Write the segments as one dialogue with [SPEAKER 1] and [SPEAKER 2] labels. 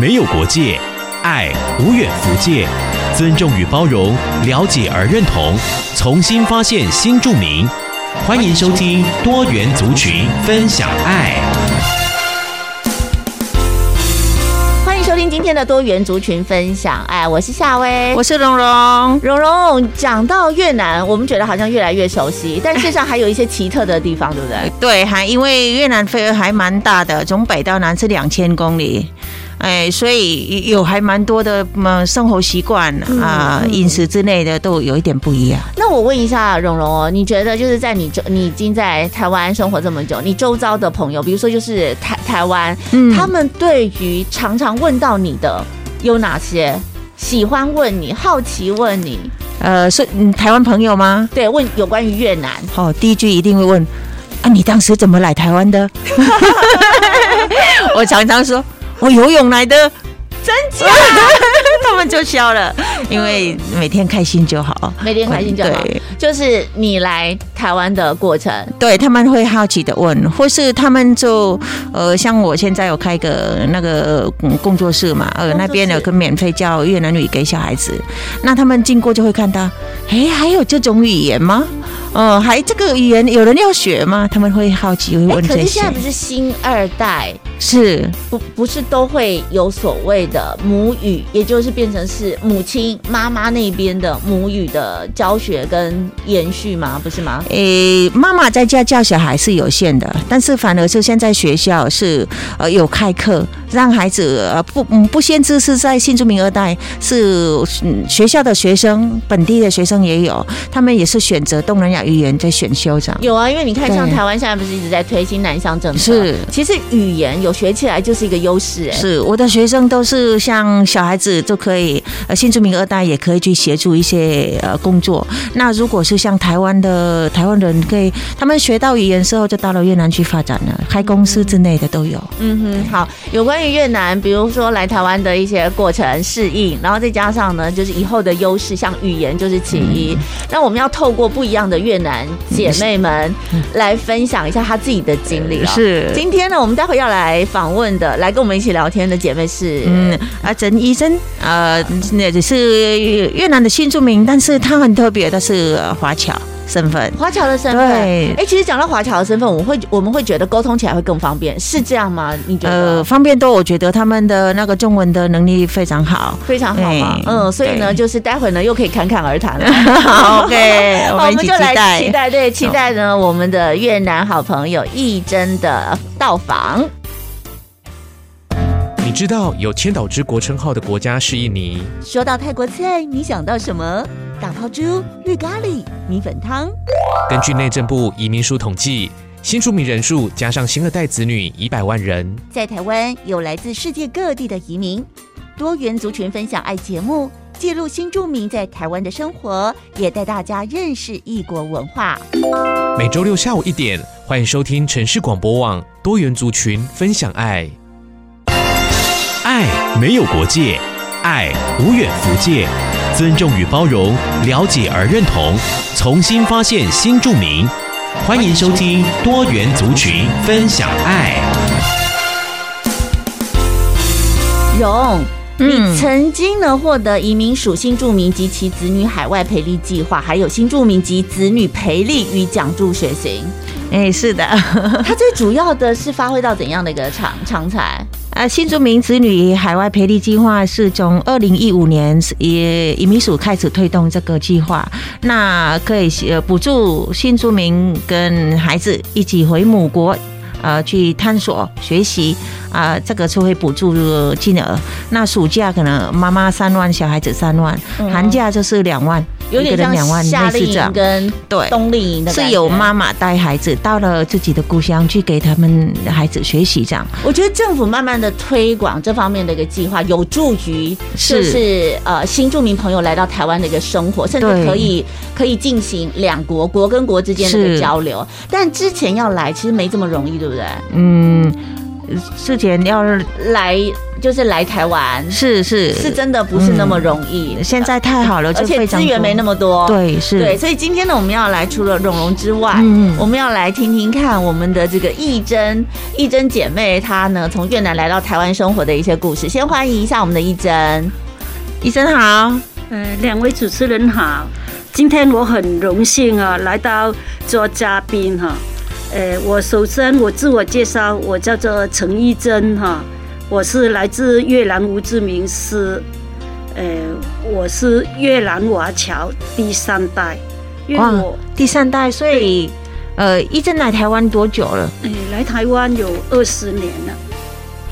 [SPEAKER 1] 没有国界，爱无远弗届，尊重与包容，了解而认同，重新发现新著名。欢迎收听多元族群分享爱。
[SPEAKER 2] 欢迎收听今天的多元族群分享。哎，我是夏薇，
[SPEAKER 3] 我是蓉蓉，
[SPEAKER 2] 蓉蓉。讲到越南，我们觉得好像越来越熟悉，但事实上还有一些奇特的地方，对不对？
[SPEAKER 3] 对，还因为越南飞还蛮大的，从北到南是两千公里。哎，所以有还蛮多的嗯生活习惯啊、饮食之类的都有一点不一样。
[SPEAKER 2] 那我问一下蓉蓉哦，你觉得就是在你周，你已经在台湾生活这么久，你周遭的朋友，比如说就是台台湾，
[SPEAKER 3] 嗯
[SPEAKER 2] 他们对于常常问到你的有哪些？喜欢问你，好奇问你，
[SPEAKER 3] 呃，是嗯台湾朋友吗？
[SPEAKER 2] 对，问有关于越南，
[SPEAKER 3] 哦，第一句一定会问啊，你当时怎么来台湾 的？我常常说，我游泳来的，真假？ 他们就笑了，因为每天开心就好，
[SPEAKER 2] 每天开心就好
[SPEAKER 3] 对。
[SPEAKER 2] 就是你来台湾的过程，
[SPEAKER 3] 对他们会好奇的问，或是他们就呃，像我现在有开个那个嗯工作室嘛，呃
[SPEAKER 2] 工作室
[SPEAKER 3] 那边有个免费教越南语给小孩子，那他们经过就会看到，哎，还有这种语言吗？呃，还这个语言有人要学吗？他们会好奇会
[SPEAKER 2] 哎，
[SPEAKER 3] 问
[SPEAKER 2] 可
[SPEAKER 3] 这
[SPEAKER 2] 是
[SPEAKER 3] 些
[SPEAKER 2] 现在，不是新二代，
[SPEAKER 3] 是
[SPEAKER 2] 不不是都会有所谓的母语，也就是变成是母亲妈妈那边的母语的教学跟延续吗？不是吗？
[SPEAKER 3] 诶，妈妈在家教小孩是有限的，但是反而是现在学校是呃有开课，让孩子呃不嗯不限制是在新住民二代，是、嗯、学校的学生，本地的学生也有，他们也是选择东南亚语言在选修上。
[SPEAKER 2] 有啊，因为你看，像
[SPEAKER 3] 对
[SPEAKER 2] 台湾现在不是一直在推新南向政策，
[SPEAKER 3] 是
[SPEAKER 2] 其实语言有学起来就是一个优势、哎，
[SPEAKER 3] 是我的学生都是像小孩子就可以，呃，新住民二代也可以去协助一些呃工作。那如果是像台湾的台湾人，可以他们学到语言之后，就到了越南去发展了，开公司之类的都有。
[SPEAKER 2] 嗯哼，好，有关于越南，比如说来台湾的一些过程适应，然后再加上呢，就是以后的优势，像语言就是其
[SPEAKER 3] 嗯
[SPEAKER 2] 一。那我们要透过不一样的越南姐妹们来分享一下她自己的经历、哦、
[SPEAKER 3] 是
[SPEAKER 2] 今天呢，我们待会要来访问的，来跟我们一起聊天的姐妹是，
[SPEAKER 3] 嗯，啊，陈医生，呃，那只是越南的新住民，但是他很特别，他是呃华侨身份。
[SPEAKER 2] 华侨的身份。
[SPEAKER 3] 对
[SPEAKER 2] 哎、其实讲到华侨的身份，我们会我们会觉得沟通起来会更方便，是这样吗？你觉得？
[SPEAKER 3] 呃，方便多，我觉得他们的那个中文的能力非常好。
[SPEAKER 2] 非常好嘛，
[SPEAKER 3] 对
[SPEAKER 2] 嗯，所以呢，
[SPEAKER 3] 对
[SPEAKER 2] 就是待会呢又可以侃侃而谈了。
[SPEAKER 3] OK，
[SPEAKER 2] 好
[SPEAKER 3] 我
[SPEAKER 2] 我
[SPEAKER 3] 们
[SPEAKER 2] 们
[SPEAKER 3] 一起
[SPEAKER 2] 就
[SPEAKER 3] 期
[SPEAKER 2] 来期
[SPEAKER 3] 待。
[SPEAKER 2] 待，对，期待呢我们的越南好朋友义珍的到访。
[SPEAKER 4] 你知道有千岛之国称号的国家是印尼，
[SPEAKER 2] 说到泰国菜，你想到什么？打抛猪、绿咖喱、米粉汤。
[SPEAKER 4] 根据内政部移民署统计，新住民人数加上新二代子女一百万人，
[SPEAKER 2] 在台湾有来自世界各地的移民，多元族群分享爱节目记录新住民在台湾的生活，也带大家认识异国文化。
[SPEAKER 4] 每周六下午一点，欢迎收听城市广播网多元族群分享爱。
[SPEAKER 1] 爱没有国界，爱无远弗届，尊重与包容，了解而认同，重新发现新著名。欢迎收听多元族群分享爱。
[SPEAKER 2] 蓉，你
[SPEAKER 3] 嗯
[SPEAKER 2] 曾经呢获得移民署新住民及其子女海外培力计划，还有新住民及子女培力与奖助学行。
[SPEAKER 3] 哎，是的，
[SPEAKER 2] 它最主要的是发挥到怎样的一个长长才？
[SPEAKER 3] 呃，新住民子女海外培力计划是从二零一五年也移民署开始推动这个计划，那可以呃补助新住民跟孩子一起回母国。呃，去探索学习啊、这个是会补助的金额。那暑假可能妈妈三万，小孩子三万，
[SPEAKER 2] 嗯
[SPEAKER 3] 寒假就是两万，
[SPEAKER 2] 有
[SPEAKER 3] 一
[SPEAKER 2] 点
[SPEAKER 3] 个人
[SPEAKER 2] 像
[SPEAKER 3] 两万，
[SPEAKER 2] 夏
[SPEAKER 3] 类
[SPEAKER 2] 令营
[SPEAKER 3] 似这样。
[SPEAKER 2] 跟
[SPEAKER 3] 对，
[SPEAKER 2] 冬令营的感觉
[SPEAKER 3] 是有？妈妈带孩子到了自己的故乡去给他们孩子学习这样。
[SPEAKER 2] 我觉得政府慢慢的推广这方面的一个计划，有助于就是呃新住民朋友来到台湾的一个生活，甚至
[SPEAKER 3] 对
[SPEAKER 2] 可以可以进行两国国跟国之间的一个
[SPEAKER 3] 是
[SPEAKER 2] 交流。但之前要来其实没这么容易，对不对？
[SPEAKER 3] 嗯，之前要是
[SPEAKER 2] 来就是来台湾，
[SPEAKER 3] 是是嗯
[SPEAKER 2] 是真的不是那么容易。
[SPEAKER 3] 现在太好了，
[SPEAKER 2] 而
[SPEAKER 3] 就
[SPEAKER 2] 且
[SPEAKER 3] 非常
[SPEAKER 2] 资源没那
[SPEAKER 3] 么
[SPEAKER 2] 么多，
[SPEAKER 3] 对是
[SPEAKER 2] 对，所以今天呢，我们要来除了蓉蓉之外，
[SPEAKER 3] 嗯
[SPEAKER 2] 我们要来听听看我们的这个义珍义珍姐妹，她呢从越南来到台湾生活的一些故事。先欢迎一下我们的义珍，
[SPEAKER 3] 医生好，
[SPEAKER 5] 呃，两位主持人好，今天我很荣幸啊，来到做嘉宾哈、呃，我首先我自我介绍，我叫做陈义珍哈、我是来自越南胡志明市，呃，我是越南华侨第三代，因为我
[SPEAKER 3] 第三代，所以呃，医生来台湾多久了？
[SPEAKER 5] 呃来台湾有二十年了。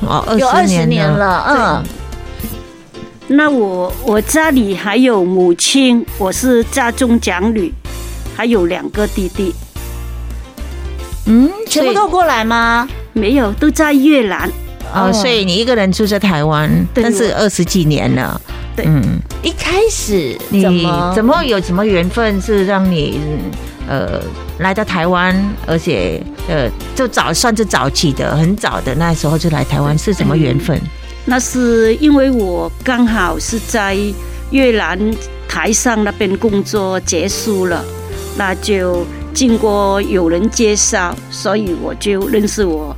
[SPEAKER 3] 哦，二
[SPEAKER 2] 有二十
[SPEAKER 3] 十
[SPEAKER 2] 年
[SPEAKER 3] 了。
[SPEAKER 2] 了，嗯
[SPEAKER 5] 那我我家里还有母亲，我是家中长女，还有两个弟弟，
[SPEAKER 3] 嗯，
[SPEAKER 2] 嗯，全部
[SPEAKER 3] 所以
[SPEAKER 2] 都过来吗？
[SPEAKER 5] 没有都在越南。
[SPEAKER 3] 哦，所以你一个人住在台湾，
[SPEAKER 5] 对
[SPEAKER 3] 但是
[SPEAKER 5] 我
[SPEAKER 3] 二十几年了。
[SPEAKER 5] 对
[SPEAKER 3] 嗯，
[SPEAKER 2] 一开始
[SPEAKER 3] 你
[SPEAKER 2] 怎么
[SPEAKER 3] 怎么有什么缘分是让你呃来到台湾，而且呃就早算是早起的，很早的那时候就来台湾，是什么缘分？
[SPEAKER 5] 那是因为我刚好是在越南台上那边工作结束了，那就经过有人介绍，所以我就认识我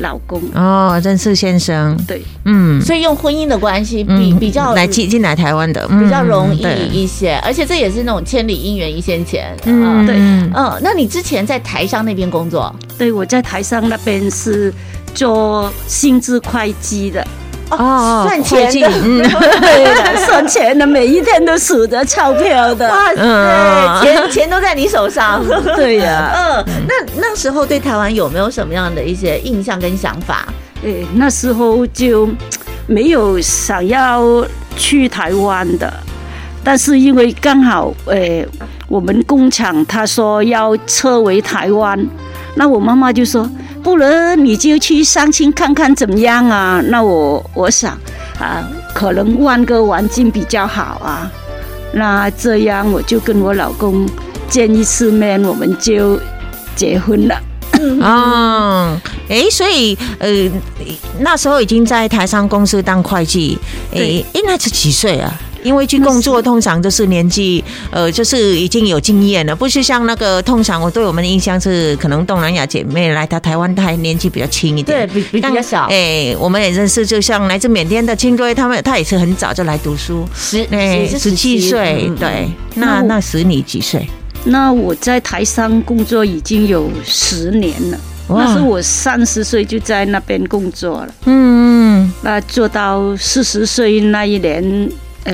[SPEAKER 5] 老公。
[SPEAKER 3] 哦，认识先生，
[SPEAKER 5] 对，
[SPEAKER 3] 嗯，
[SPEAKER 2] 所以用婚姻的关系比、比较
[SPEAKER 3] 来进进来台湾的，嗯
[SPEAKER 2] 比较容易
[SPEAKER 3] 对
[SPEAKER 2] 一些，而且这也是那种千里姻缘一线牵。
[SPEAKER 3] 嗯，
[SPEAKER 2] 嗯
[SPEAKER 5] 对
[SPEAKER 3] 嗯
[SPEAKER 2] 嗯，那你之前在台商那边工作？
[SPEAKER 5] 对我在台上那边是做薪资会计的，
[SPEAKER 3] 哦
[SPEAKER 2] 算
[SPEAKER 3] 会
[SPEAKER 2] 钱
[SPEAKER 3] 计
[SPEAKER 2] 的，
[SPEAKER 3] 嗯
[SPEAKER 5] 对的， 算钱的，每一天都数着钞票的。
[SPEAKER 2] 哇
[SPEAKER 3] 嗯
[SPEAKER 2] 塞，钱钱都在你手 上。
[SPEAKER 5] 对呀、
[SPEAKER 2] 嗯，那那时候对台湾有没有什么样的一些印象跟想法？
[SPEAKER 5] 诶，那时候就没有想要去台湾的，但是因为刚好诶，我们工厂他说要撤回台湾，那我妈妈就说，不然你就去相亲看看怎么样啊？那我我想啊，可能换个环境比较好啊。那这样我就跟我老公见一次面，我们就结婚了。
[SPEAKER 3] 哦，诶，所以呃，那时候已经在台商公司当会计，诶，诶那是几岁啊？因为去工作通常都是年纪，呃，就是已经有经验了，不是像那个通常我对我们的印象是，可能东南亚姐妹来到台湾，她还年纪比较轻一点，
[SPEAKER 2] 比比
[SPEAKER 3] 但诶，我们也认识，就像来自缅甸的亲哥，他们她也是很早就来读书，
[SPEAKER 2] 十
[SPEAKER 3] 诶，
[SPEAKER 2] 哎是
[SPEAKER 3] 十七岁，
[SPEAKER 2] 嗯
[SPEAKER 3] 对，
[SPEAKER 5] 那
[SPEAKER 3] 那
[SPEAKER 5] 我
[SPEAKER 3] 那时你几岁？
[SPEAKER 5] 那我在台商工作已经有十年了，
[SPEAKER 3] 哇
[SPEAKER 5] 那是我三十岁就在那边工作了，
[SPEAKER 3] 嗯嗯
[SPEAKER 5] 那做到四十岁那一年，呃，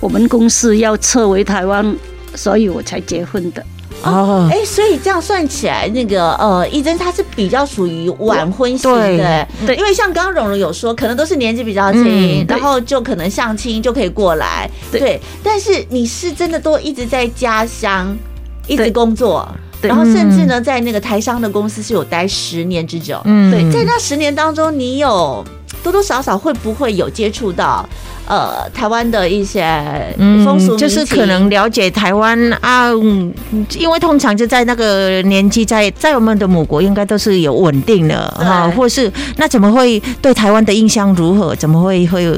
[SPEAKER 5] 我们公司要撤回台湾，所以我才结婚的。
[SPEAKER 3] 哦
[SPEAKER 2] 哎、所以这样算起来，那个呃，一珍她是比较属于晚婚型的、哎
[SPEAKER 5] 对
[SPEAKER 2] 因为像刚刚蓉蓉有说，可能都是年纪比较轻、
[SPEAKER 3] 嗯
[SPEAKER 2] 然后就可能相亲就可以过来，
[SPEAKER 5] 对
[SPEAKER 2] 但是你是真的都一直在家乡，一直
[SPEAKER 5] 对
[SPEAKER 2] 工作，
[SPEAKER 5] 对
[SPEAKER 2] 然后甚至呢，在那个台商的公司是有待十年之久。
[SPEAKER 3] 嗯，
[SPEAKER 5] 对
[SPEAKER 2] 在那十年当中，你有多多少少会不会有接触到呃台湾的一些风俗民情、
[SPEAKER 3] 嗯就是可能了解台湾啊、嗯因为通常就在那个年纪在，在我们的母国应该都是有稳定的
[SPEAKER 2] 对
[SPEAKER 3] 哈、或是那怎么会对台湾的印象如何？怎么会 会有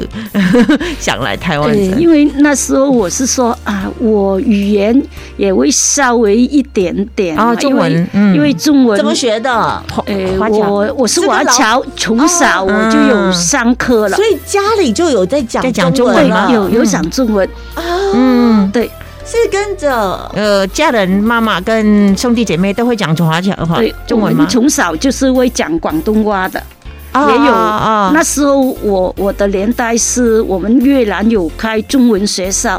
[SPEAKER 3] 想来台湾？
[SPEAKER 5] 对，哎因为那时候我是说啊，我语言也会稍微一点点嘛
[SPEAKER 3] 哦中文
[SPEAKER 5] 因为
[SPEAKER 3] 嗯
[SPEAKER 5] 因为中文
[SPEAKER 2] 怎么学的？
[SPEAKER 5] 呃，
[SPEAKER 3] 华侨
[SPEAKER 5] 我我是
[SPEAKER 2] 这个
[SPEAKER 5] 华
[SPEAKER 2] 老
[SPEAKER 5] 侨，从小
[SPEAKER 3] 哦
[SPEAKER 5] 我就有
[SPEAKER 3] 嗯
[SPEAKER 5] 上课了
[SPEAKER 2] 所，以家里就有在讲
[SPEAKER 3] 在讲
[SPEAKER 2] 中
[SPEAKER 3] 中文
[SPEAKER 2] 文啊
[SPEAKER 5] 对
[SPEAKER 3] 嘛，
[SPEAKER 2] 了，
[SPEAKER 5] 有有
[SPEAKER 3] 嗯
[SPEAKER 5] 讲中文，
[SPEAKER 3] 嗯。
[SPEAKER 5] 对。
[SPEAKER 2] 是跟着
[SPEAKER 3] 呃，家人、妈妈跟兄弟姐妹都会讲中华侨话
[SPEAKER 5] 对，、
[SPEAKER 3] 啊中文
[SPEAKER 5] 我
[SPEAKER 3] 吗
[SPEAKER 5] 们？从小就是会讲广东话的。
[SPEAKER 3] 哦
[SPEAKER 5] 也有
[SPEAKER 3] 哦
[SPEAKER 5] 那时候我我的年代是我们越南有开中文学校，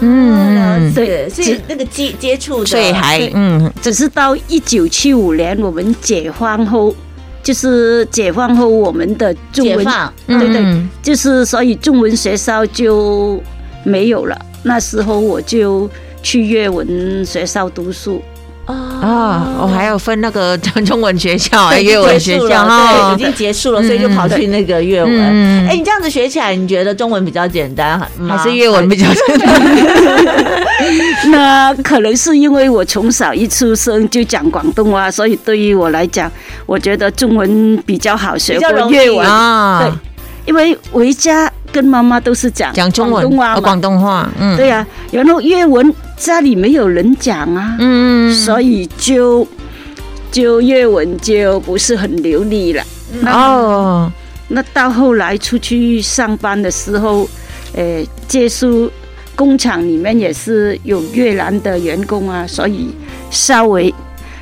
[SPEAKER 3] 嗯
[SPEAKER 2] 啊了解
[SPEAKER 5] 对
[SPEAKER 2] 所以
[SPEAKER 5] 只
[SPEAKER 2] 那个接接触的，
[SPEAKER 3] 所以还
[SPEAKER 5] 对
[SPEAKER 3] 嗯
[SPEAKER 5] 只是到一九七五年我们解放后，就是解放后我们的中
[SPEAKER 2] 解
[SPEAKER 5] 文，
[SPEAKER 2] 放，
[SPEAKER 3] 嗯
[SPEAKER 5] 对对，
[SPEAKER 3] 嗯
[SPEAKER 5] 就是所以中文学校就没有了。那时候我就去越文学校读书，
[SPEAKER 3] 啊，我、还要分那个 中文学校、还
[SPEAKER 2] 哦对
[SPEAKER 3] 有越文学
[SPEAKER 2] 结束
[SPEAKER 3] 校
[SPEAKER 2] 了
[SPEAKER 3] 哦
[SPEAKER 2] 对，已经结束了，所以就跑去那个粤文。
[SPEAKER 3] 嗯嗯嗯
[SPEAKER 2] 哎，你这样子学起来，你觉得中文比较简单吗
[SPEAKER 3] 还是越文比较简单。
[SPEAKER 5] 那可能是因为我从小一出生就讲广东话，所以对于我来讲，我觉得中文比较好学
[SPEAKER 2] 比较
[SPEAKER 5] 过
[SPEAKER 2] 容易
[SPEAKER 5] 粤文，
[SPEAKER 3] 啊
[SPEAKER 5] 对，因为回家跟妈妈都是讲
[SPEAKER 3] 讲中文
[SPEAKER 5] 广东话
[SPEAKER 3] 呃
[SPEAKER 5] 嘛
[SPEAKER 3] 广东话，嗯，
[SPEAKER 5] 对呀、啊然后粤文家里没有人讲啊，
[SPEAKER 3] 嗯，
[SPEAKER 5] 所以就就粤文就不是很流利了。
[SPEAKER 3] 哦，
[SPEAKER 5] 那到后来出去上班的时候，呃，接触工厂里面也是有越南的员工啊，所以稍微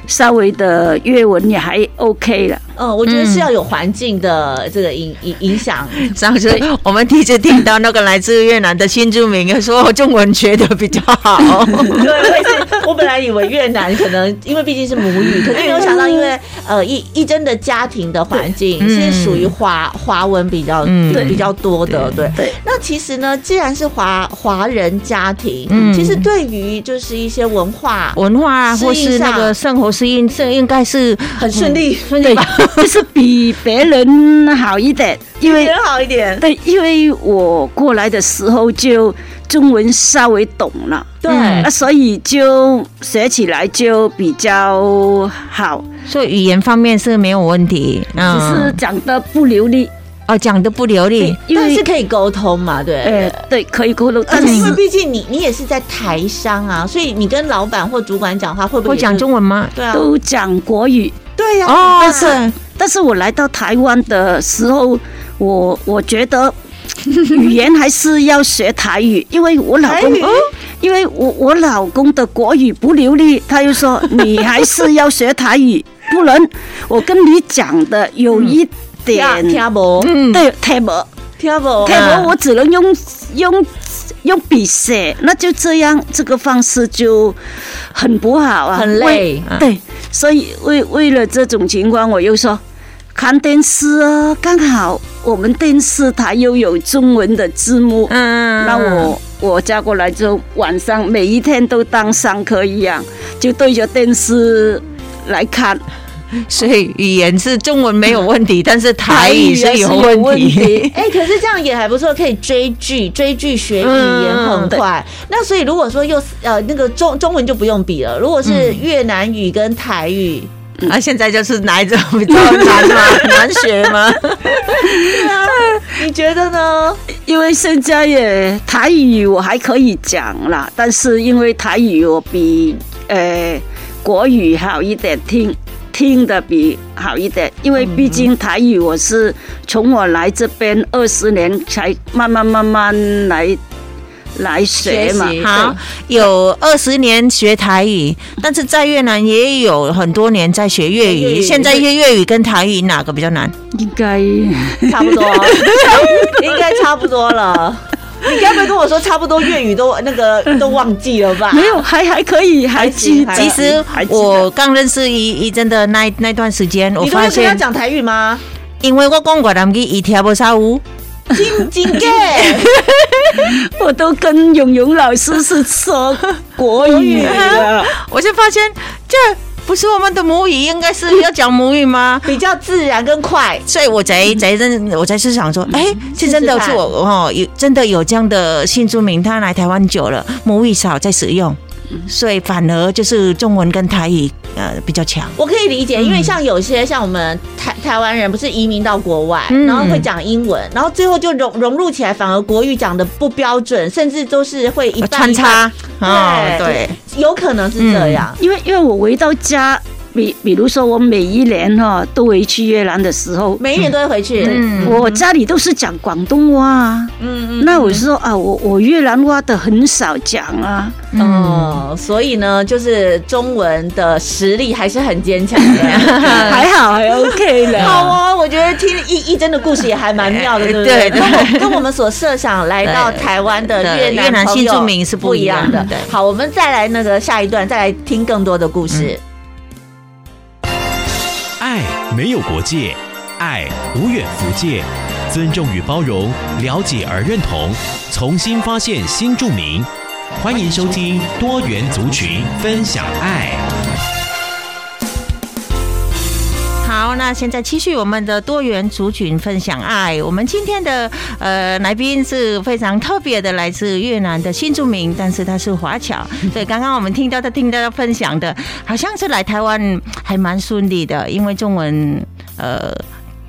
[SPEAKER 5] 稍微的粤文也还 OK 了。
[SPEAKER 2] 嗯，我觉得是要有环境的这个影影影响，
[SPEAKER 3] 上次我们第一次听到那个来自越南的新住民说中文学的比较好，
[SPEAKER 2] 对，我也是，我本来以为越南可能因为毕竟是母语，可是没有想到，因为呃一一真的家庭的环境
[SPEAKER 3] 对
[SPEAKER 2] 是属于华华文比较
[SPEAKER 3] 嗯
[SPEAKER 2] 比较多的，对。
[SPEAKER 5] 对，
[SPEAKER 2] 那其实呢，既然是华华人家庭，
[SPEAKER 3] 嗯
[SPEAKER 2] 其实对于就是一些文化
[SPEAKER 3] 文化啊
[SPEAKER 2] 适
[SPEAKER 3] 或
[SPEAKER 2] 应
[SPEAKER 3] 是那个生活适应，这应该是
[SPEAKER 2] 很顺利，顺
[SPEAKER 5] 对，就是比别人好一点，因
[SPEAKER 3] 嗯
[SPEAKER 5] 为
[SPEAKER 2] 很好一点，
[SPEAKER 5] 对，因为我过来的时候就中文稍微懂了，
[SPEAKER 2] 对。
[SPEAKER 3] 嗯
[SPEAKER 5] 那所以就学起来就比较好，
[SPEAKER 3] 所以语言方面是没有问题，
[SPEAKER 5] 只是
[SPEAKER 3] 嗯，
[SPEAKER 5] 讲的不流利，
[SPEAKER 3] 哦，讲的不流利，
[SPEAKER 5] 因
[SPEAKER 2] 但
[SPEAKER 5] 为
[SPEAKER 2] 是可以沟通嘛，对，
[SPEAKER 5] 呃，对，可以沟通，
[SPEAKER 2] 而
[SPEAKER 5] 但
[SPEAKER 2] 且因
[SPEAKER 3] 嗯
[SPEAKER 2] 为
[SPEAKER 5] 是
[SPEAKER 2] 毕竟你你也是在台商啊，所以你跟老板或主管讲话会不会
[SPEAKER 3] 会
[SPEAKER 2] 也
[SPEAKER 3] 讲
[SPEAKER 2] 是
[SPEAKER 3] 中文吗？
[SPEAKER 2] 对啊，
[SPEAKER 5] 都讲国语。
[SPEAKER 2] 对呀、
[SPEAKER 3] 哦，
[SPEAKER 2] 但
[SPEAKER 3] 是
[SPEAKER 5] 但是我来到台湾的时候，我我觉得语言还是要学台语，因为我老公
[SPEAKER 2] 台语，
[SPEAKER 5] 因为我我老公的国语不流利，他就说你还是要学台语，不然我跟你讲的有一点
[SPEAKER 2] 啊听听不
[SPEAKER 3] 嗯
[SPEAKER 5] 对听不
[SPEAKER 2] 听不
[SPEAKER 5] 听
[SPEAKER 3] 啊
[SPEAKER 5] 不，哦我只能用用用笔写，那就这样，这个方式就很不好啊，
[SPEAKER 2] 很
[SPEAKER 5] 为
[SPEAKER 2] 累，。
[SPEAKER 5] 对，所以为为了这种情况，我又说看电视啊，刚好我们电视台又有中文的字幕，
[SPEAKER 3] 嗯，
[SPEAKER 5] 那我我嫁过来之后，晚上每一天都当上课一样，就对着电视来看，
[SPEAKER 3] 所以语言是中文没有问题，但是台语
[SPEAKER 5] 语
[SPEAKER 3] 是
[SPEAKER 5] 还
[SPEAKER 3] 有
[SPEAKER 5] 是有
[SPEAKER 3] 问
[SPEAKER 5] 问
[SPEAKER 3] 题。
[SPEAKER 5] 题
[SPEAKER 2] 哎、可是这样也还不错，可以追剧，追剧学语言很快。那所以如果说又呃那个中中文就不用比了，如果是越南语跟台语，
[SPEAKER 3] 啊，现在就是哪一种比较难吗？难学吗？
[SPEAKER 2] 啊你觉得呢？
[SPEAKER 5] 因为现在也台语我还可以讲啦，但是因为台语我比呃国语好一点听。听的比好一点，因为毕竟台语我是从我来这边二十年才慢慢慢慢来来学嘛
[SPEAKER 2] 学。习
[SPEAKER 3] 好，有二十年学台语，但是在越南也有很多年在学粤
[SPEAKER 2] 学粤
[SPEAKER 3] 语。
[SPEAKER 2] 语
[SPEAKER 3] 现在粤粤语跟台语哪个比较难？
[SPEAKER 5] 应该
[SPEAKER 2] 差不多，应该差不多了。你该不会跟我说差不多粤语都那个都忘记了吧？
[SPEAKER 5] 没有，还还可以，还记
[SPEAKER 2] 行还
[SPEAKER 5] 得。
[SPEAKER 3] 其实
[SPEAKER 5] 还记得
[SPEAKER 3] 我刚认识怡怡真的那那段时间，我
[SPEAKER 2] 你都
[SPEAKER 3] 发
[SPEAKER 2] 会跟他
[SPEAKER 3] 现，
[SPEAKER 2] 讲台语吗？
[SPEAKER 3] 因为我讲越南语，伊听不啥有。
[SPEAKER 2] 金金 g
[SPEAKER 5] 我都跟勇勇老师是说国语 啊
[SPEAKER 3] 嗯
[SPEAKER 2] 啊
[SPEAKER 5] 的，
[SPEAKER 3] 我就发现这不是我们的母语，应该是要讲母语吗？
[SPEAKER 2] 比较自然跟快。
[SPEAKER 3] 所以我
[SPEAKER 2] 嗯
[SPEAKER 3] 才才认，我才是想说，哎、是真的
[SPEAKER 2] 试
[SPEAKER 3] 是
[SPEAKER 2] 试看
[SPEAKER 3] 我哦，有真的有这样的新住民，他来台湾久了，母语少在使用，
[SPEAKER 2] 嗯
[SPEAKER 3] 所以反而就是中文跟台语呃比较强。
[SPEAKER 2] 我可以理解，因为像有些像我们台台湾人不是移民到国外，
[SPEAKER 3] 嗯
[SPEAKER 2] 然后会讲英文，然后最后就融融入起来，反而国语讲的不标准，甚至都是会一半
[SPEAKER 3] 穿插，哦
[SPEAKER 2] 哦，
[SPEAKER 3] 对，嗯
[SPEAKER 2] 有可能是这样。
[SPEAKER 5] 因为因为我回到家，比比如说我每一年哈、都回去越南的时候，
[SPEAKER 2] 每一年都会回去，嗯
[SPEAKER 3] 嗯，
[SPEAKER 5] 我家里都是讲广东话啊。
[SPEAKER 2] 嗯
[SPEAKER 5] 那我说啊，我我越南话的很少讲啊，
[SPEAKER 2] 嗯，哦，所以呢，就是中文的实力还是很坚强 的。
[SPEAKER 5] 还好还 OK
[SPEAKER 2] 嗯
[SPEAKER 3] 啊
[SPEAKER 2] 好
[SPEAKER 5] 了。
[SPEAKER 2] 哦，我觉得听一一真的故事也还蛮妙 的，对不对？
[SPEAKER 3] 对对
[SPEAKER 2] 跟我跟我们所设想来到
[SPEAKER 3] 对
[SPEAKER 2] 台湾的
[SPEAKER 3] 对
[SPEAKER 2] 越
[SPEAKER 3] 越
[SPEAKER 2] 南
[SPEAKER 3] 南
[SPEAKER 2] 朋
[SPEAKER 3] 新
[SPEAKER 2] 友
[SPEAKER 3] 住民是不
[SPEAKER 2] 不
[SPEAKER 3] 一
[SPEAKER 2] 一
[SPEAKER 3] 样
[SPEAKER 2] 样的
[SPEAKER 3] 对。
[SPEAKER 2] 好，我们再来那个下一段，再来听更多的故事。
[SPEAKER 3] 嗯
[SPEAKER 1] 爱没有国界，爱无远弗届。尊重与包容，了解而认同，重新发现新著名。欢迎收听多元族群分享爱。
[SPEAKER 3] 好，好，那现在继续我们的多元族群分享爱。我们今天的呃来宾是非常特别的，来自越南的新住民，但是他是华侨。对，刚刚我们听到的听到的分享的，好像是来台湾还蛮顺利的，因为中文呃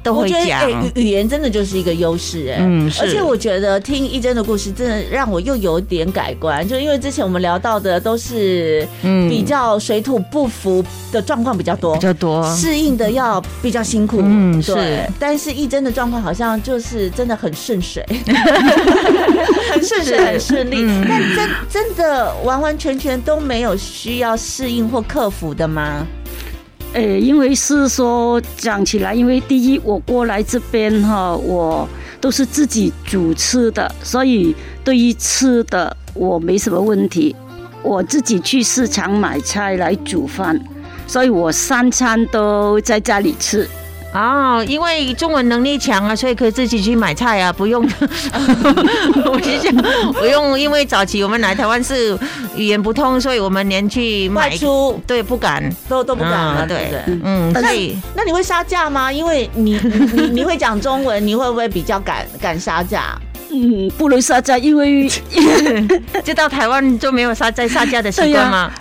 [SPEAKER 3] 都
[SPEAKER 2] 我
[SPEAKER 3] 会
[SPEAKER 2] 觉得
[SPEAKER 3] 讲
[SPEAKER 2] 哎。语语言真的就是一个优势哎，
[SPEAKER 3] 嗯是
[SPEAKER 2] 而且我觉得听一真的故事，真的让我又有点改观，就因为之前我们聊到的都是
[SPEAKER 3] 嗯
[SPEAKER 2] 比较水土不服的状况比较多
[SPEAKER 3] 比，较多，
[SPEAKER 2] 适应的要比较辛苦，
[SPEAKER 3] 嗯
[SPEAKER 2] 对
[SPEAKER 3] 是
[SPEAKER 2] 但是一真的状况好像就是真的很顺 水，很顺水，
[SPEAKER 3] 是
[SPEAKER 2] 很顺利
[SPEAKER 3] 嗯。
[SPEAKER 2] 但真真的完完全全都没有需要适应或克服的吗？
[SPEAKER 5] 呃，因为是说讲起来，因为第一我过来这边哈，我都是自己煮吃的，所以对于吃的我没什么问题。我自己去市场买菜来煮饭，所以我三餐都在家里吃。
[SPEAKER 3] 哦，因为中文能力强啊，所以可以自己去买菜啊，不用。 我是想不用，因为早期我们来台湾是语言不通，所以我们连去
[SPEAKER 2] 外
[SPEAKER 3] 买
[SPEAKER 2] 出
[SPEAKER 3] 对不敢。
[SPEAKER 2] 都都不敢了，
[SPEAKER 3] 嗯
[SPEAKER 2] 对不对？
[SPEAKER 3] 嗯，
[SPEAKER 2] 但
[SPEAKER 3] 所
[SPEAKER 2] 是
[SPEAKER 3] 以
[SPEAKER 2] 那你会杀价吗？因为 你你你你会讲中文，你会不会比较敢敢杀价？
[SPEAKER 5] 嗯，不能杀价，因为
[SPEAKER 3] 就到台湾就没有杀在杀价的习惯吗？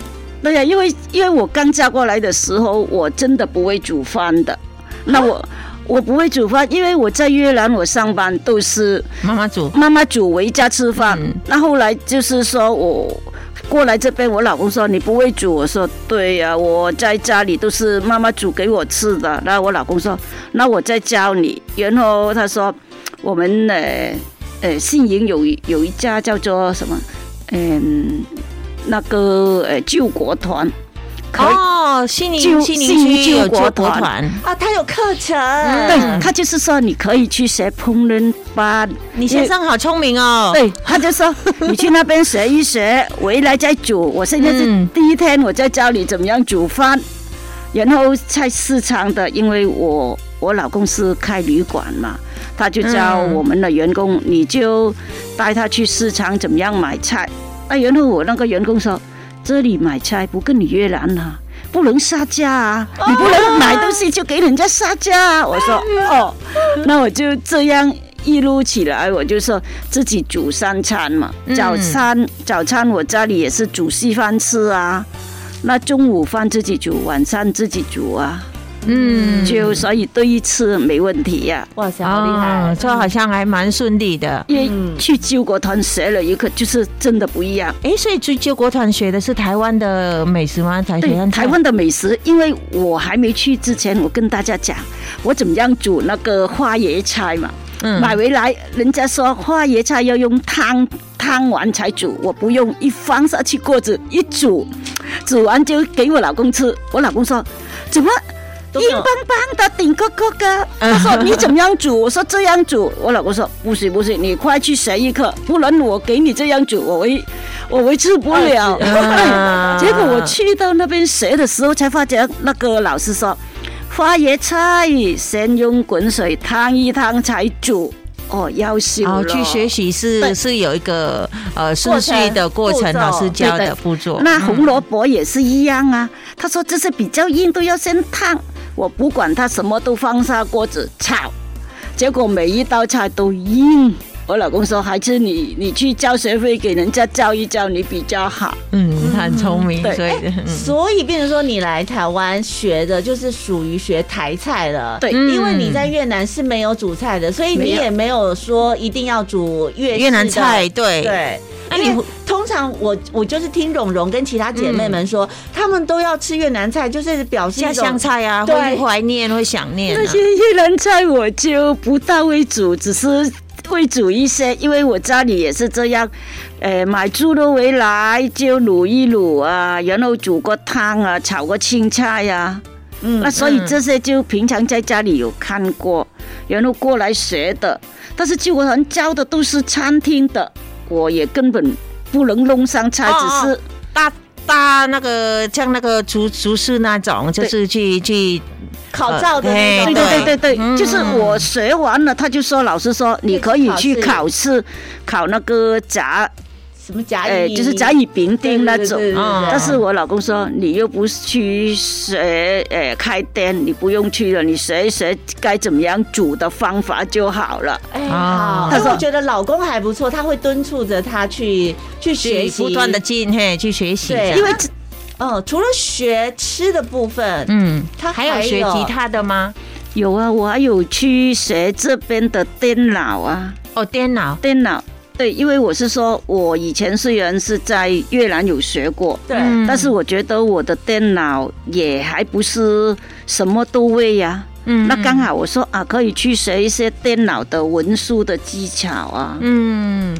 [SPEAKER 5] 对呀、因为因为我刚嫁过来的时候，我真的不会煮饭的。那我、我不会煮饭，因为我在越南我上班都是
[SPEAKER 3] 妈妈煮，
[SPEAKER 5] 妈妈煮回家吃饭。
[SPEAKER 3] 嗯
[SPEAKER 5] 那后来就是说我过来这边，我老公说你不会煮，我说对呀、我在家里都是妈妈煮给我吃的。然后我老公说，那我再教你。然后他说，我们呃呃信营有一有一家叫做什么，嗯、那个呃救国团，可以。
[SPEAKER 3] 哦，西
[SPEAKER 5] 就
[SPEAKER 3] 宁西宁
[SPEAKER 5] 信义
[SPEAKER 3] 区有
[SPEAKER 5] 救国
[SPEAKER 3] 救国
[SPEAKER 5] 团
[SPEAKER 3] 团，
[SPEAKER 2] 啊，他有课程，
[SPEAKER 3] 嗯
[SPEAKER 5] 对哎他就是说，你可以去学烹饪班。
[SPEAKER 3] 你先生好聪明哦。
[SPEAKER 5] 对，他就说 你去那边学一学，回来再煮。我现在是
[SPEAKER 3] 嗯
[SPEAKER 5] 第一天，我在教你怎么样煮饭。然后在市场的，因为我我老公是开旅馆嘛，他就教
[SPEAKER 3] 嗯
[SPEAKER 5] 我们的员工，你就带他去市场怎么样买菜。啊，然后我那个员工说，这里买菜不跟你越南啊。不能杀价啊！
[SPEAKER 3] 哦
[SPEAKER 5] 你不能买东西就给人家杀价啊！我说
[SPEAKER 3] 哎
[SPEAKER 5] 哦，那我就这样一路起来，我就说自己煮三餐嘛，
[SPEAKER 3] 嗯
[SPEAKER 5] 早餐早餐我家里也是煮稀饭吃啊，那中午饭自己煮，晚餐自己煮啊，
[SPEAKER 3] 嗯，
[SPEAKER 5] 就所以对于吃没问题呀、
[SPEAKER 2] 哇塞，好厉害
[SPEAKER 3] 哦，！这好像还蛮顺利的。
[SPEAKER 5] 因为去救国团学了一课，就是真的不一样。
[SPEAKER 3] 哎，所以去救国团学的是台湾的美食吗？台
[SPEAKER 5] 对
[SPEAKER 3] 湾菜
[SPEAKER 5] 台湾的美食，因为我还没去之前，我跟大家讲我怎么样煮那个花椰菜嘛。
[SPEAKER 3] 嗯
[SPEAKER 5] 买回来，人家说花椰菜要用汤汤完才煮，我不用，一放下去锅子一煮，煮完就给我老公吃。我老公说，怎么
[SPEAKER 2] 都没
[SPEAKER 5] 硬
[SPEAKER 2] 有
[SPEAKER 5] 邦邦的，顶个个 的？他说你怎么样煮？我说这样煮。我老公说不行不行，你快去学一课，不然我给你这样煮，我会我会吃不了。
[SPEAKER 3] 啊
[SPEAKER 5] 结果我去到那边学的时候，才发觉那个老师说，花椰菜先用滚水烫一烫才煮，哦，要修了。
[SPEAKER 3] 哦，去学习是
[SPEAKER 5] 对
[SPEAKER 3] 是有一个呃顺序的过
[SPEAKER 2] 过
[SPEAKER 3] 程，
[SPEAKER 2] 程
[SPEAKER 3] 老师教
[SPEAKER 5] 对
[SPEAKER 3] 的
[SPEAKER 5] 对
[SPEAKER 3] 步骤。
[SPEAKER 5] 那红萝卜也是一样啊，他说这是比较硬，都要先烫。我不管它什么都放下锅子炒，结果每一道菜都硬。我老公说，还是你你去交学费给人家教一教你比较好。
[SPEAKER 3] 嗯，他很聪明，
[SPEAKER 5] 对
[SPEAKER 3] 所以嗯
[SPEAKER 2] 所以变成说，你来台湾学的就是属于学台菜了，
[SPEAKER 5] 对
[SPEAKER 2] 因为你在越南是没有煮菜的，所以你
[SPEAKER 5] 没有
[SPEAKER 2] 也没有说一定要煮越
[SPEAKER 3] 越南
[SPEAKER 2] 式的
[SPEAKER 3] 菜对
[SPEAKER 2] 对，
[SPEAKER 3] 那
[SPEAKER 2] 因
[SPEAKER 3] 你
[SPEAKER 2] 为通常我我就是听蓉蓉跟其他姐妹们说，她们都要吃越南菜，就是表示
[SPEAKER 3] 嗯家
[SPEAKER 2] 一种
[SPEAKER 3] 乡菜啊，
[SPEAKER 2] 对
[SPEAKER 3] 会怀念，会想念啊
[SPEAKER 5] 那。些越南菜我就不大会煮，只是会煮一些，因为我家里也是这样，呃，买猪肉回来就卤一卤啊，然后煮个汤啊，炒个青菜呀、
[SPEAKER 2] 嗯
[SPEAKER 5] 那所以
[SPEAKER 3] 嗯
[SPEAKER 5] 这些就平常在家里有看过，然后过来学的，但是救国团教的都是餐厅的，我也根本不能弄上菜，
[SPEAKER 3] 哦
[SPEAKER 5] 只是。
[SPEAKER 3] 大大那个像那个厨厨师那种，就是去去
[SPEAKER 2] 烤照的那
[SPEAKER 3] 哎
[SPEAKER 2] 种，
[SPEAKER 5] 对对对对，
[SPEAKER 3] 嗯
[SPEAKER 5] 就是我学完了，他就说老师说你可以去
[SPEAKER 2] 考
[SPEAKER 5] 考试，考那个炸
[SPEAKER 2] 什什么甲
[SPEAKER 5] 哎，
[SPEAKER 2] 乙，
[SPEAKER 5] 就是甲乙丙丁那种。
[SPEAKER 2] 对对对对对
[SPEAKER 3] 嗯
[SPEAKER 5] 但是我老公说，你又不是去学呃开店，你不用去了，你学一学该怎么样煮的方法就好了。
[SPEAKER 2] 哎
[SPEAKER 3] 啊
[SPEAKER 2] 好，但是我觉得老公还不错，他会敦促着他去去学
[SPEAKER 3] 去
[SPEAKER 2] 习，
[SPEAKER 3] 不断的进嘿去学习，
[SPEAKER 2] 对
[SPEAKER 3] 这样
[SPEAKER 5] 因为
[SPEAKER 2] 嗯，除了学吃的部分，
[SPEAKER 3] 嗯，
[SPEAKER 2] 他
[SPEAKER 3] 还有学吉他的吗？
[SPEAKER 5] 有啊，我还有去学这边的电脑啊，
[SPEAKER 3] 哦，电脑
[SPEAKER 5] 电脑。对，因为我是说，我以前虽然是在越南有学过，
[SPEAKER 2] 对，
[SPEAKER 3] 嗯
[SPEAKER 5] 但是我觉得我的电脑也还不是什么都会呀、
[SPEAKER 3] 嗯
[SPEAKER 5] 那刚好我说啊，可以去学一些电脑的文书的技巧啊。
[SPEAKER 3] 嗯，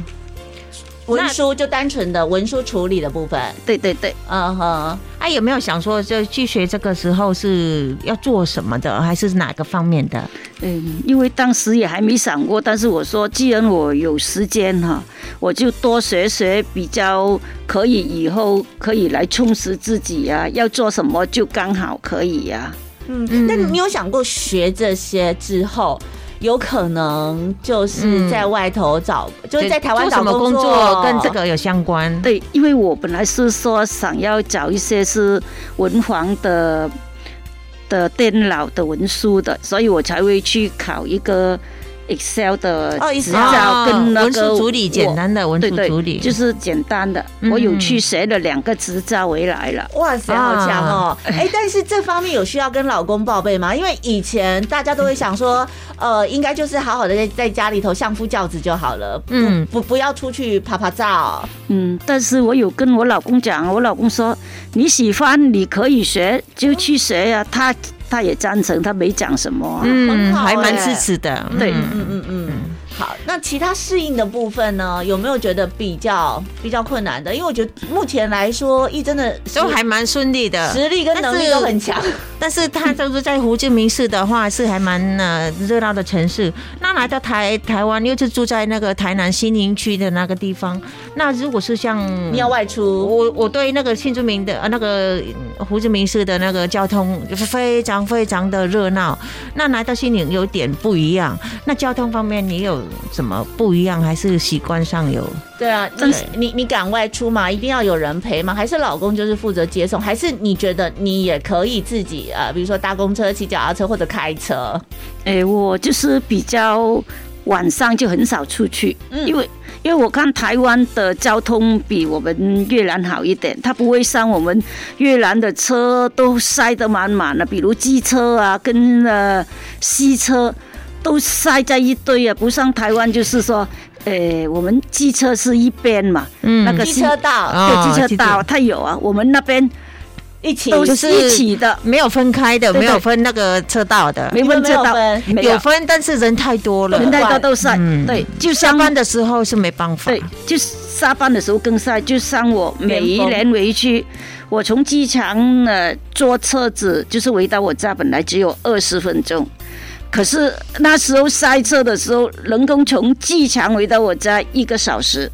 [SPEAKER 2] 文书就单纯的文书处理的部分，
[SPEAKER 5] 对对对，
[SPEAKER 2] 嗯哼，
[SPEAKER 3] 啊，有没有想说，就去学这个时候是要做什么的，还是哪个方面的？
[SPEAKER 5] 嗯，因为当时也还没想过，但是我说，既然我有时间哈、我就多学学，比较可以以后可以来充实自己呀、要做什么就刚好可以啊呀、
[SPEAKER 2] 嗯，那你有想过学这些之后？有可能就是在外头找，就是嗯在台湾
[SPEAKER 3] 做
[SPEAKER 2] 找
[SPEAKER 3] 什么工
[SPEAKER 2] 作，
[SPEAKER 3] 作跟这个有相关？
[SPEAKER 5] 对，因为我本来是说想要找一些是文房的的电脑的文书的，所以我才会去考一个 Excel 的
[SPEAKER 2] 哦
[SPEAKER 5] 执
[SPEAKER 2] ，Excel
[SPEAKER 5] 照跟那
[SPEAKER 3] 文
[SPEAKER 5] 个
[SPEAKER 3] 书处理，简单的文
[SPEAKER 5] 对
[SPEAKER 3] 书
[SPEAKER 5] 对
[SPEAKER 3] 处理，，
[SPEAKER 5] 就是简单的。
[SPEAKER 3] 嗯
[SPEAKER 5] 我有去学了两个执照回来了。
[SPEAKER 2] 哇塞，好强哦！哎、但是这方面有需要跟老公报备吗？因为以前大家都会想 说，呃，应该就是好好的在在家里头相夫教子就好了，嗯
[SPEAKER 3] 嗯，
[SPEAKER 2] 不不要出去拍拍照，
[SPEAKER 5] 嗯，但是我有跟我老公讲，我老公说你喜欢你可以学就去学呀、他他也赞成，他没讲什么、啊。
[SPEAKER 2] 很
[SPEAKER 3] 嗯，
[SPEAKER 2] 好
[SPEAKER 3] 还蛮
[SPEAKER 2] 欸
[SPEAKER 3] 支持的，
[SPEAKER 5] 对
[SPEAKER 3] 嗯
[SPEAKER 2] 嗯嗯嗯。好，那其他适应的部分呢？有没有觉得比较比较困难的？因为我觉得目前来说，一真的
[SPEAKER 3] 都还蛮顺利的。
[SPEAKER 2] 实力跟能力都很强，
[SPEAKER 3] 但是嗯他就是在胡志明市的话，是还蛮呃热闹的城市。那来到台台湾，又是住在那个台南新营区的那个地方。那如果是像
[SPEAKER 2] 你要外出，
[SPEAKER 3] 我我对那个新竹民的呃那个嗯胡志明市的那个交通就是非常非常的热闹，那来到新营有点不一样。那交通方面你有什么不一样，还是习惯上有？
[SPEAKER 2] 对啊，你你你敢外出吗？一定要有人陪吗？还是老公就是负责接送？还是你觉得你也可以自己呃，比如说搭公车、骑脚踏车或者开车？
[SPEAKER 5] 哎，我就是比较晚上就很少出去，
[SPEAKER 2] 嗯
[SPEAKER 5] 因为因为我看台湾的交通比我们越南好一点，它不会像我们越南的车都塞得满满的，比如机车啊跟呃西车都塞在一堆啊，不像台湾就是说，呃，我们机车是一边嘛，
[SPEAKER 3] 嗯
[SPEAKER 5] 那个
[SPEAKER 2] 机
[SPEAKER 5] 西
[SPEAKER 2] 车道
[SPEAKER 3] 啊
[SPEAKER 5] 对机
[SPEAKER 3] 记
[SPEAKER 5] 车
[SPEAKER 3] 得
[SPEAKER 5] 道它有啊，我们那边
[SPEAKER 2] 一起
[SPEAKER 5] 都
[SPEAKER 3] 就是是
[SPEAKER 5] 一起的，
[SPEAKER 3] 没有分开的，
[SPEAKER 5] 对对
[SPEAKER 3] 没有分那个车道的，
[SPEAKER 5] 没问
[SPEAKER 2] 你们没
[SPEAKER 5] 这
[SPEAKER 2] 有
[SPEAKER 5] 道
[SPEAKER 2] 分，
[SPEAKER 5] 没
[SPEAKER 3] 有分，但是人太多了。
[SPEAKER 5] 人太多都塞，
[SPEAKER 3] 嗯
[SPEAKER 5] 对，就
[SPEAKER 3] 下
[SPEAKER 5] 相
[SPEAKER 3] 班的时候是没办法。
[SPEAKER 5] 对，就下班的时候更晒，就像我每一年回去，我从机场呃坐车子，就是回到我家，本来只有二十分钟。可是那时候塞车的时候，人工从机场回到我家一个小时，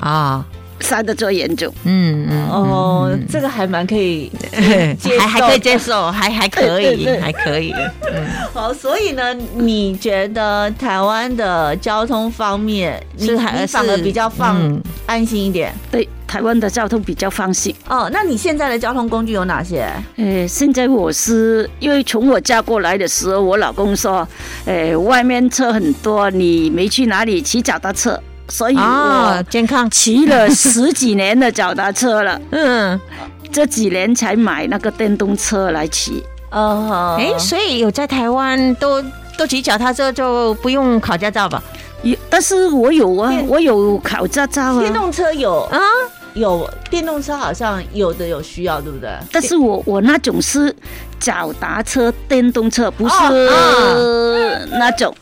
[SPEAKER 3] 啊，
[SPEAKER 5] 塞得最严重。
[SPEAKER 3] 嗯嗯
[SPEAKER 2] 哦，这个还蛮可以
[SPEAKER 3] 嗯
[SPEAKER 2] 接受
[SPEAKER 3] 还还可以接受，还还可
[SPEAKER 5] 对对
[SPEAKER 3] 以，
[SPEAKER 5] 对
[SPEAKER 3] 还可 以。
[SPEAKER 2] 好，所以呢，你觉得台湾的交通方面，你
[SPEAKER 3] 是还
[SPEAKER 2] 你反而
[SPEAKER 3] 是
[SPEAKER 2] 比较放、
[SPEAKER 3] 嗯
[SPEAKER 2] 安心一点
[SPEAKER 5] 对，台湾的交通比较放心。
[SPEAKER 2] 哦？那你现在的交通工具有哪些？
[SPEAKER 5] 呃，现在我是因为从我家过来的时候，我老公说，呃，外面车很多，你没去哪里骑脚踏车，所以
[SPEAKER 3] 啊，
[SPEAKER 2] 哦
[SPEAKER 5] 我
[SPEAKER 3] 健康，
[SPEAKER 5] 骑了十几年的脚踏 车了。
[SPEAKER 3] 嗯，
[SPEAKER 5] 这几年才买那个电动车来骑。
[SPEAKER 2] 嗯哼，
[SPEAKER 3] 哎，所以有在台湾都都骑脚踏车就不用考驾照吧？
[SPEAKER 5] 也但是我有啊
[SPEAKER 2] 电，
[SPEAKER 5] 我有考驾照
[SPEAKER 2] 电
[SPEAKER 5] 啊。
[SPEAKER 2] 动车有
[SPEAKER 3] 啊，
[SPEAKER 2] 有电动车好像有的有需要，对不对？
[SPEAKER 5] 但是我我那种是脚踏车、电动车，不是
[SPEAKER 2] 啊
[SPEAKER 3] 哦
[SPEAKER 5] 那种。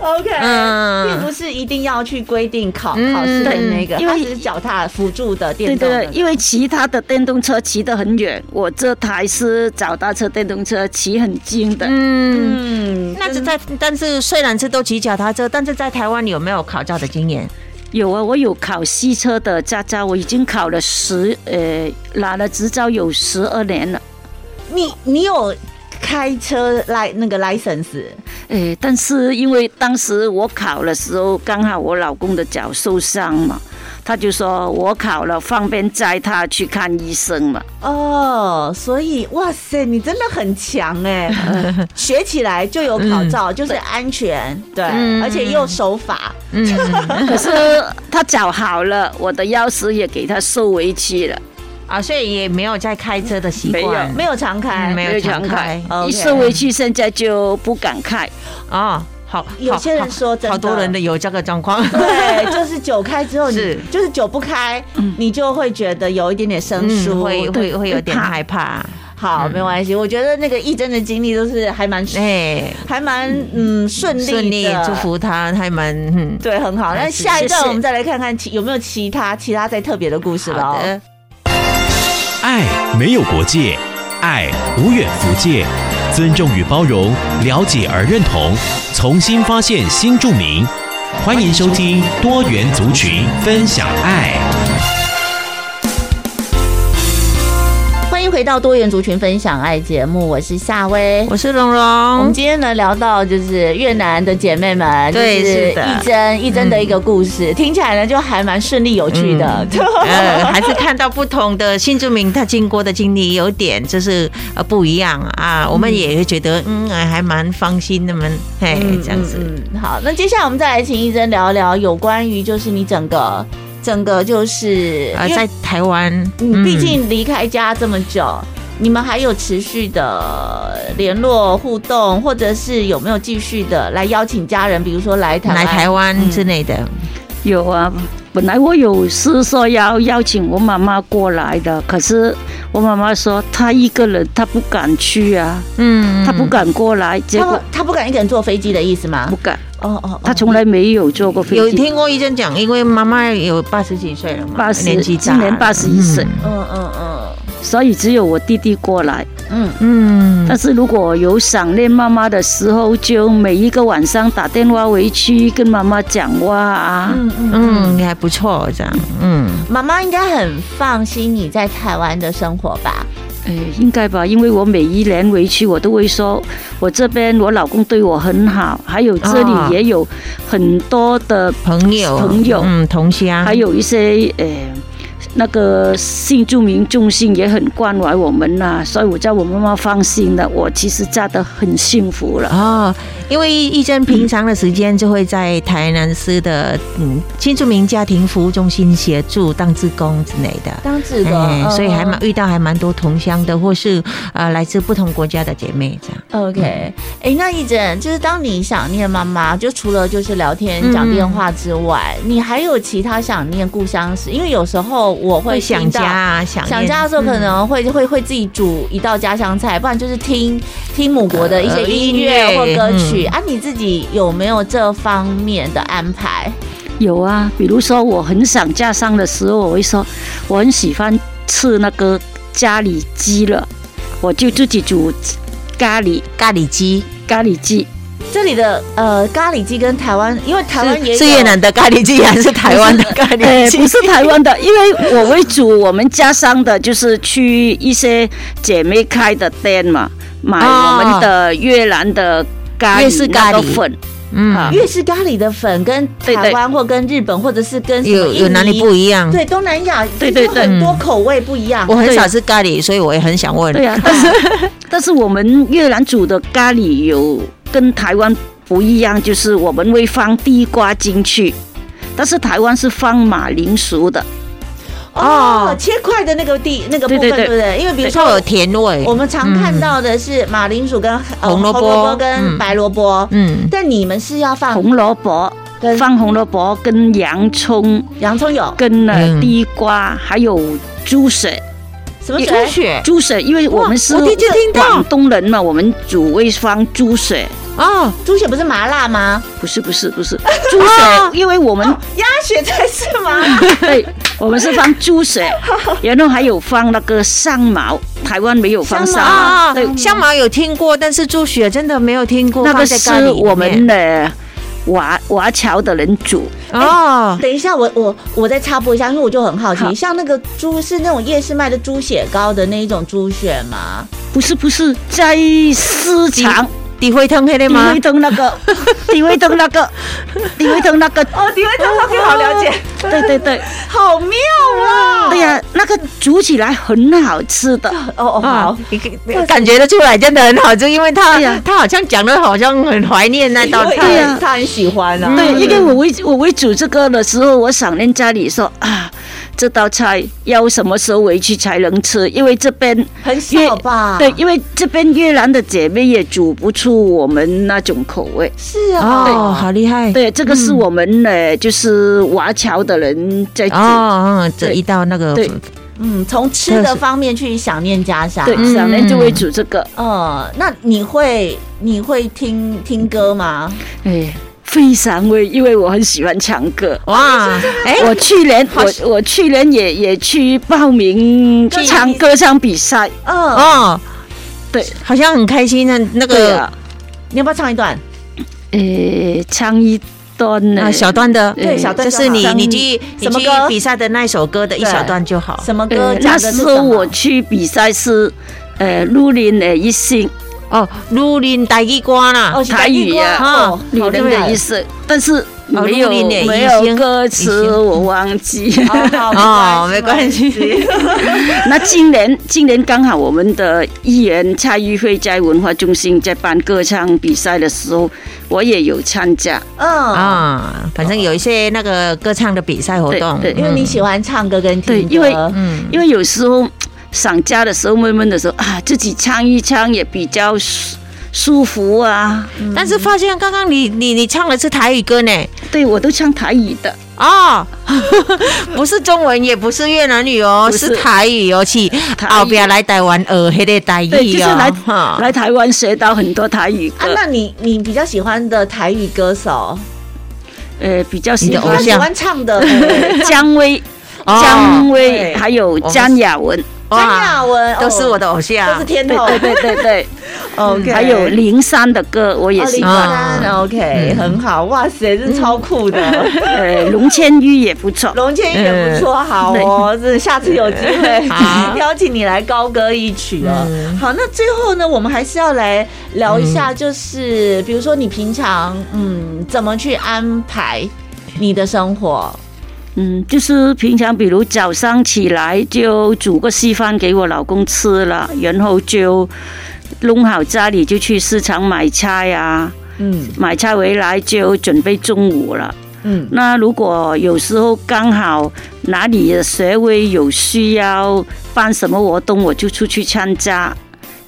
[SPEAKER 2] OK，、并
[SPEAKER 3] 嗯
[SPEAKER 2] 不是一定要去规定考、
[SPEAKER 3] 嗯
[SPEAKER 2] 考试的那个，
[SPEAKER 5] 对因为
[SPEAKER 2] 它只是脚踏辅助的电
[SPEAKER 5] 对
[SPEAKER 2] 动
[SPEAKER 5] 对
[SPEAKER 2] 的
[SPEAKER 5] 对，因为骑他的电动车骑得很远，我这台是脚踏车、电动车骑很近的。
[SPEAKER 3] 嗯。
[SPEAKER 2] 嗯，
[SPEAKER 3] 那是在，但是虽然是都骑脚踏车，但是在台湾你有没有考照的经验？
[SPEAKER 5] 有啊，我有考西车的驾照，我已经考了十呃，拿了执照有十二年了。
[SPEAKER 2] 你你有开车来那个 license？
[SPEAKER 5] 诶，但是因为当时我考的时候，刚好我老公的脚受伤嘛，他就说我考了，方便载他去看医生 嘛。
[SPEAKER 2] 哦，所以哇塞，你真的很强 哎、学起来就有考照，就是安全，对，
[SPEAKER 3] 嗯
[SPEAKER 2] 而且又守法，
[SPEAKER 5] 可是他找好了，我的钥匙也给他收回去了，
[SPEAKER 3] 啊，所以也没有在开车的习惯，
[SPEAKER 2] 没有常开，
[SPEAKER 3] 嗯没有常开
[SPEAKER 5] 一
[SPEAKER 2] OK
[SPEAKER 5] 收回去现在就不敢开。
[SPEAKER 3] 哦，好，
[SPEAKER 2] 有些人说真的
[SPEAKER 3] 好多人的有这个状 况，
[SPEAKER 2] 对，就是酒开之后，你
[SPEAKER 3] 是嗯
[SPEAKER 2] 就是酒不开，你就会觉得有一点点生疏，
[SPEAKER 3] 会嗯
[SPEAKER 2] 对
[SPEAKER 3] 会会有点
[SPEAKER 2] 怕
[SPEAKER 3] 害怕，
[SPEAKER 2] 好，没关系，我觉得那个义珍的经历都是还蛮
[SPEAKER 3] 哎，
[SPEAKER 2] 还蛮嗯顺利的，
[SPEAKER 3] 顺利，祝福他，还蛮嗯，
[SPEAKER 2] 对，很好。那
[SPEAKER 3] 是
[SPEAKER 2] 下一
[SPEAKER 3] 谢
[SPEAKER 2] 段
[SPEAKER 3] 谢
[SPEAKER 2] 我们再来看看其有没有其他其他再特别的故事了
[SPEAKER 3] 好
[SPEAKER 2] 哦。
[SPEAKER 3] 的。
[SPEAKER 1] 爱没有国界，爱无远弗届。尊重与包容，了解而认同，重新发现新著名。欢迎收听多元族群分享爱。
[SPEAKER 2] 欢迎回到多元族群分享爱节目，我是夏薇。
[SPEAKER 3] 我是
[SPEAKER 2] 我
[SPEAKER 3] 蓉
[SPEAKER 2] 们
[SPEAKER 3] 蓉，
[SPEAKER 2] 今天呢聊到就是越南的姐妹们，
[SPEAKER 3] 对
[SPEAKER 2] 就是
[SPEAKER 3] 是的
[SPEAKER 2] 一珍一珍的一个故事，听起来呢就还蛮顺利有趣的。
[SPEAKER 3] 呃，还是看到不同的新住民他经过的经历有点就是呃不一样啊，我们也会觉得嗯呃还蛮放心的们，嘿
[SPEAKER 2] 嗯
[SPEAKER 3] 这样子，
[SPEAKER 2] 嗯嗯好，那接下来我们再来请一珍聊聊有关于就是你整个整个就是
[SPEAKER 3] 呃
[SPEAKER 2] 嗯因为
[SPEAKER 3] 在台湾，
[SPEAKER 2] 你
[SPEAKER 3] 嗯
[SPEAKER 2] 毕竟离开家这么久，你们还有持续的联络互动，或者是有没有继续的来邀请家人，比如说来台湾
[SPEAKER 3] 来台湾之类的，
[SPEAKER 5] 有啊，本来我有是说要邀请我妈妈过来的，可是我妈妈说她一个人她不敢去啊，
[SPEAKER 3] 嗯，
[SPEAKER 5] 她不敢过来，结
[SPEAKER 2] 他不
[SPEAKER 5] 果
[SPEAKER 2] 他不敢一个人坐飞机的意思吗
[SPEAKER 5] 不？敢，
[SPEAKER 2] 哦哦，哦
[SPEAKER 5] 她从来没有坐过飞
[SPEAKER 3] 有
[SPEAKER 5] 机，
[SPEAKER 3] 听过医生讲，因为妈妈有八十几岁了嘛，
[SPEAKER 5] 八十
[SPEAKER 3] 年纪大
[SPEAKER 5] 今
[SPEAKER 3] 了，
[SPEAKER 5] 年八十一岁，
[SPEAKER 2] 嗯嗯嗯
[SPEAKER 5] 所以只有我弟弟过来。
[SPEAKER 2] 嗯，
[SPEAKER 3] 嗯，
[SPEAKER 5] 但是如果有想念妈妈的时候，就每一个晚上打电话回去跟妈妈讲话啊。
[SPEAKER 2] 嗯嗯嗯，
[SPEAKER 3] 嗯，还不错，这样，嗯，
[SPEAKER 2] 妈妈应该很放心你在台湾的生活吧？
[SPEAKER 5] 呃，应该吧，因为我每一年回去，我都会说，我这边我老公对我很好，还有这里
[SPEAKER 3] 啊
[SPEAKER 5] 也有很多的，
[SPEAKER 3] 朋友，
[SPEAKER 5] 朋友
[SPEAKER 3] 嗯，同乡，
[SPEAKER 5] 还有一些呃。那个新住民中心也很关怀我们呐、所以我叫我妈妈放心了。我其实嫁得很幸福了。
[SPEAKER 3] 哦，因为义珍平常的时间就会在台南市的嗯新住民家庭服务中心协助当志工之类的。哎
[SPEAKER 2] 当志工，嗯
[SPEAKER 3] 所以还蛮
[SPEAKER 2] 嗯
[SPEAKER 3] 遇到还蛮多同乡的，或是呃来自不同国家的姐妹这样。
[SPEAKER 2] OK。哎、那一珍，就是当你想念妈妈，就除了就是聊天、
[SPEAKER 3] 嗯
[SPEAKER 2] 讲电话之外，你还有其他想念故乡时？因为有时候我会
[SPEAKER 3] 想
[SPEAKER 2] 听到
[SPEAKER 3] 家啊，想
[SPEAKER 2] 想
[SPEAKER 3] 念嗯
[SPEAKER 2] 家的时候可能会、会会自己煮一道家乡菜，不然就是听听母国的一些
[SPEAKER 3] 呃
[SPEAKER 2] 音
[SPEAKER 3] 音
[SPEAKER 2] 乐
[SPEAKER 3] 乐嗯
[SPEAKER 2] 或歌曲、啊。你自己有没有这方面的安排？
[SPEAKER 5] 有啊，比如说我很想家乡的时候，我会说我很喜欢吃那个咖喱鸡了，我就自己煮咖喱
[SPEAKER 3] 咖喱鸡，
[SPEAKER 5] 咖喱 鸡，
[SPEAKER 2] 这里的呃咖喱鸡跟台湾，因为台湾也有
[SPEAKER 3] 是是越南的咖喱鸡还是台湾的咖
[SPEAKER 5] 哎
[SPEAKER 3] 喱，鸡？
[SPEAKER 5] 不是台湾的，因为我会煮我们家乡的，就是去一些姐妹开的店嘛，买我们的越南的 咖
[SPEAKER 3] 越式
[SPEAKER 5] 喱
[SPEAKER 3] 咖喱
[SPEAKER 5] 那个粉，
[SPEAKER 3] 嗯
[SPEAKER 5] 啊，
[SPEAKER 2] 越式咖喱的粉跟
[SPEAKER 5] 对
[SPEAKER 2] 台湾或跟日本或者是跟什么
[SPEAKER 3] 有有哪里
[SPEAKER 2] 印尼
[SPEAKER 3] 不一样？
[SPEAKER 2] 对东南亚
[SPEAKER 5] 对对
[SPEAKER 2] 就
[SPEAKER 5] 对
[SPEAKER 2] 很多口味不一样。
[SPEAKER 3] 我很少吃咖喱，所以我也很想问。
[SPEAKER 5] 对啊，但是 但是我们越南煮的咖喱有跟台湾不一样，就是我们会放地瓜进去，但是台湾是放马铃薯的。
[SPEAKER 2] 哦
[SPEAKER 3] 哦，
[SPEAKER 2] 切块的那个地那个部
[SPEAKER 5] 对
[SPEAKER 2] 分，
[SPEAKER 5] 对
[SPEAKER 2] 对
[SPEAKER 5] 对
[SPEAKER 2] 不对？因为比如
[SPEAKER 3] 没
[SPEAKER 2] 说
[SPEAKER 3] 错，有甜味
[SPEAKER 2] 我。们常看到的是马铃薯跟呃
[SPEAKER 3] 红萝卜
[SPEAKER 2] 跟
[SPEAKER 3] 嗯
[SPEAKER 2] 白萝卜，
[SPEAKER 3] 嗯，
[SPEAKER 2] 但你们是要放
[SPEAKER 5] 红萝卜
[SPEAKER 2] 跟
[SPEAKER 5] 放红萝卜跟洋葱
[SPEAKER 2] 洋葱有
[SPEAKER 5] 跟呃
[SPEAKER 3] 嗯
[SPEAKER 5] 地瓜，还有猪血。
[SPEAKER 2] 什么
[SPEAKER 5] 也
[SPEAKER 2] 水？
[SPEAKER 3] 血
[SPEAKER 5] 猪血，因为我们是
[SPEAKER 3] 嗯我第一次听到
[SPEAKER 5] 广东人嘛，我们煮会放猪血。
[SPEAKER 3] 哦，
[SPEAKER 2] 猪血不是麻辣吗？
[SPEAKER 5] 不是不是 不是猪
[SPEAKER 3] 哦
[SPEAKER 5] 血，因为我们
[SPEAKER 2] 鸭血才是麻辣。
[SPEAKER 5] 对，我们是放猪血，然后还有放那个香茅，台湾没有放
[SPEAKER 2] 香
[SPEAKER 5] 香
[SPEAKER 2] 茅
[SPEAKER 5] 茅，
[SPEAKER 3] 啊
[SPEAKER 5] 对，，
[SPEAKER 3] 香茅有听过，但是猪血真的没有听过。
[SPEAKER 5] 那
[SPEAKER 3] 放
[SPEAKER 5] 个
[SPEAKER 3] 在
[SPEAKER 5] 是
[SPEAKER 3] 咖喱里
[SPEAKER 5] 我
[SPEAKER 3] 面
[SPEAKER 5] 们的华华侨的人煮，
[SPEAKER 3] 哦，
[SPEAKER 2] 等一下，我我我再插播一下，因为我就很好奇，
[SPEAKER 5] 好
[SPEAKER 2] 像那个猪是那种夜市卖的猪血糕的那一种猪血吗？
[SPEAKER 5] 不是不是在市场
[SPEAKER 3] 底灰灯黑的
[SPEAKER 5] 李
[SPEAKER 3] 吗
[SPEAKER 5] 威？登那个，李威登那个，李威登那个，
[SPEAKER 2] 哦，李慧珍老师好了解，
[SPEAKER 5] 对对对，哎
[SPEAKER 2] 好妙啊！
[SPEAKER 5] 对呀、那个煮起来很好吃的。
[SPEAKER 2] 哦哦好，
[SPEAKER 3] 你你感觉得出来，真的很好吃，因为他
[SPEAKER 5] 对呀
[SPEAKER 3] 他好像讲的，好像很怀念那道
[SPEAKER 2] 因为
[SPEAKER 5] 对
[SPEAKER 3] 菜。
[SPEAKER 5] 呀
[SPEAKER 2] 他很喜欢啊。
[SPEAKER 5] 嗯对，因为我为我为煮这个的时候，我想念家里说啊，这道菜要什么时候回去才能吃？因为这边
[SPEAKER 2] 很
[SPEAKER 5] 越
[SPEAKER 2] 少吧？
[SPEAKER 3] 啊
[SPEAKER 5] 对，，因为这边越南的姐妹也煮不出我们那种口味。
[SPEAKER 2] 是啊，
[SPEAKER 3] 哦，好厉害！
[SPEAKER 5] 对，这个是我们呢，就是华侨的人在煮。
[SPEAKER 3] 哦，嗯，这一道那个
[SPEAKER 5] 对
[SPEAKER 2] 嗯，从吃的方面去想念家乡。
[SPEAKER 5] 对，
[SPEAKER 3] 嗯
[SPEAKER 5] 想念就会煮这个，
[SPEAKER 2] 呃，那你会你会听听歌吗？
[SPEAKER 5] 哎，非常味，因为我很喜欢唱歌。
[SPEAKER 3] 哇，哎，
[SPEAKER 5] 我去年
[SPEAKER 3] 好
[SPEAKER 5] 我我去年也也去报名
[SPEAKER 2] 去
[SPEAKER 5] 唱歌唱比赛，
[SPEAKER 2] 嗯、
[SPEAKER 3] 哦，
[SPEAKER 5] 对，
[SPEAKER 3] 好像很开心那那
[SPEAKER 5] 对
[SPEAKER 3] 个
[SPEAKER 5] 啊，
[SPEAKER 2] 你要不要唱一段？
[SPEAKER 5] 呃，唱一段呃呢，
[SPEAKER 3] 啊小段的，
[SPEAKER 5] 对小
[SPEAKER 2] 段
[SPEAKER 3] 就
[SPEAKER 2] 就是
[SPEAKER 3] 你
[SPEAKER 2] 好
[SPEAKER 3] 你去你
[SPEAKER 2] 什么
[SPEAKER 3] 去
[SPEAKER 2] 歌
[SPEAKER 3] 比赛的那首歌的一
[SPEAKER 2] 对
[SPEAKER 3] 小段就好。
[SPEAKER 2] 什么歌
[SPEAKER 5] 呃，？
[SPEAKER 2] 讲
[SPEAKER 5] 那
[SPEAKER 2] 的是
[SPEAKER 5] 时
[SPEAKER 2] 什
[SPEAKER 5] 候
[SPEAKER 2] 么
[SPEAKER 5] 我去比赛是，呃，陆林的一生，
[SPEAKER 3] 哦，鲁林大衣瓜啦
[SPEAKER 2] 哦，，
[SPEAKER 5] 台语啊
[SPEAKER 2] 啊，哦
[SPEAKER 5] 女
[SPEAKER 2] 好厉
[SPEAKER 5] 人的
[SPEAKER 2] 害
[SPEAKER 5] 一。生，但是
[SPEAKER 3] 哦
[SPEAKER 5] 没
[SPEAKER 3] 陆
[SPEAKER 5] 有
[SPEAKER 3] 林的
[SPEAKER 5] 没
[SPEAKER 3] 一
[SPEAKER 5] 有
[SPEAKER 3] 生
[SPEAKER 5] 歌
[SPEAKER 3] 一
[SPEAKER 5] 词，
[SPEAKER 3] 生
[SPEAKER 5] 我忘记。
[SPEAKER 2] 哦好
[SPEAKER 3] 哦没关系。
[SPEAKER 5] 那今年今年刚好我们的艺人蔡玉慧在文化中心在办歌唱比赛的时候，我也有参加。
[SPEAKER 2] 嗯，
[SPEAKER 5] 哦
[SPEAKER 3] 啊，反正有一些那个歌唱的比赛活动，
[SPEAKER 5] 对对
[SPEAKER 2] 因为
[SPEAKER 3] 嗯
[SPEAKER 2] 你喜欢唱歌啊跟听
[SPEAKER 5] 对
[SPEAKER 2] 歌，
[SPEAKER 5] 因为
[SPEAKER 3] 嗯
[SPEAKER 5] 因为有时候想家的时候，闷闷的时候啊，自己唱一唱也比较舒舒服啊。
[SPEAKER 3] 嗯但是发现刚刚你你你唱的是台语歌呢，
[SPEAKER 5] 对我都唱台语的，
[SPEAKER 3] 哦， 不是中文，也不是越南语哦，
[SPEAKER 5] 不
[SPEAKER 3] 是
[SPEAKER 5] 是
[SPEAKER 3] 台语哦，去
[SPEAKER 5] 台语
[SPEAKER 3] 后边来台湾学迄个台
[SPEAKER 5] 对，就
[SPEAKER 3] 语
[SPEAKER 5] 是
[SPEAKER 3] 哦
[SPEAKER 5] 来，
[SPEAKER 3] 哈
[SPEAKER 5] 来台湾学到很多台语
[SPEAKER 2] 啊
[SPEAKER 5] 歌，，
[SPEAKER 2] 那你你比较喜欢的台语歌手，
[SPEAKER 5] 呃，比较
[SPEAKER 3] 你
[SPEAKER 5] 喜
[SPEAKER 3] 的偶
[SPEAKER 2] 比较
[SPEAKER 5] 欢
[SPEAKER 2] 喜
[SPEAKER 3] 像
[SPEAKER 2] 欢唱 的呃
[SPEAKER 5] 姜薇、姜
[SPEAKER 3] 哦，
[SPEAKER 5] 薇
[SPEAKER 2] 对
[SPEAKER 5] 还有
[SPEAKER 3] 们
[SPEAKER 5] 詹雅雯，
[SPEAKER 2] 张亚文，
[SPEAKER 3] 都是我的偶
[SPEAKER 2] 哦，都是
[SPEAKER 3] 像，
[SPEAKER 2] 天
[SPEAKER 5] 对
[SPEAKER 2] 后，
[SPEAKER 5] 对对对对，
[SPEAKER 2] OK
[SPEAKER 5] 还有林珊的歌我也
[SPEAKER 2] 二
[SPEAKER 5] 喜
[SPEAKER 2] 零
[SPEAKER 5] 欢，
[SPEAKER 2] 三
[SPEAKER 3] 嗯
[SPEAKER 2] ，OK，很好，哇塞，真超酷的。
[SPEAKER 5] 呃，龙千玉也不错。
[SPEAKER 2] 龙千也不错，好哦，这下次有机会
[SPEAKER 3] 好
[SPEAKER 2] 邀请你来高歌一曲哦。好，那最后呢，我们还是要来聊一下，就是比如说你平常嗯怎么去安排你的生活？
[SPEAKER 5] 嗯，就是平常比如早上起来就煮个稀饭给我老公吃了，然后就弄好家里就去市场买菜呀、啊，
[SPEAKER 2] 嗯
[SPEAKER 5] 买菜回来就准备中午了。
[SPEAKER 2] 嗯
[SPEAKER 5] 那如果有时候刚好哪里的学会有需要办什么活动，我就出去参加；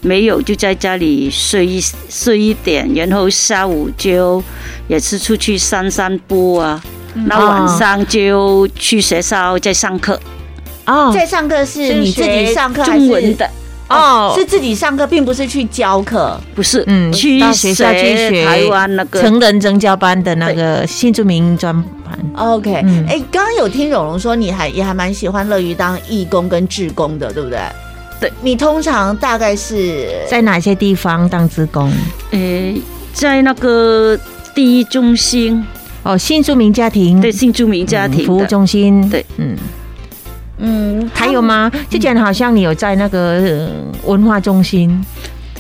[SPEAKER 5] 没有就在家里睡一睡一点，然后下午就也是出去散散步啊。
[SPEAKER 3] 嗯
[SPEAKER 5] 那晚上就去学校再上课，
[SPEAKER 3] 哦
[SPEAKER 2] 在上课是你自己上课还
[SPEAKER 5] 中文
[SPEAKER 2] 是
[SPEAKER 5] 的
[SPEAKER 3] 哦
[SPEAKER 2] 是自己上课，并不是去教课。
[SPEAKER 5] 不是，
[SPEAKER 3] 嗯
[SPEAKER 5] 去
[SPEAKER 3] 到学校去学
[SPEAKER 5] 台湾那个
[SPEAKER 3] 成人增教班的那个新著名专班，
[SPEAKER 2] OK，哎、
[SPEAKER 3] 嗯
[SPEAKER 2] 刚刚有听蓉蓉说你还也还蛮喜欢乐于当义工跟志工的，对不对？
[SPEAKER 5] 对，
[SPEAKER 2] 你通常大概是
[SPEAKER 3] 在哪些地方当职工？
[SPEAKER 5] 呃，在那个第一中心
[SPEAKER 3] 哦，新著名家庭
[SPEAKER 5] 对新住民家
[SPEAKER 3] 嗯
[SPEAKER 5] 庭
[SPEAKER 3] 服务
[SPEAKER 5] 的
[SPEAKER 3] 中心，
[SPEAKER 5] 对，
[SPEAKER 3] 嗯，
[SPEAKER 2] 嗯，
[SPEAKER 3] 还有吗？之前好像你有在那个呃文化中心，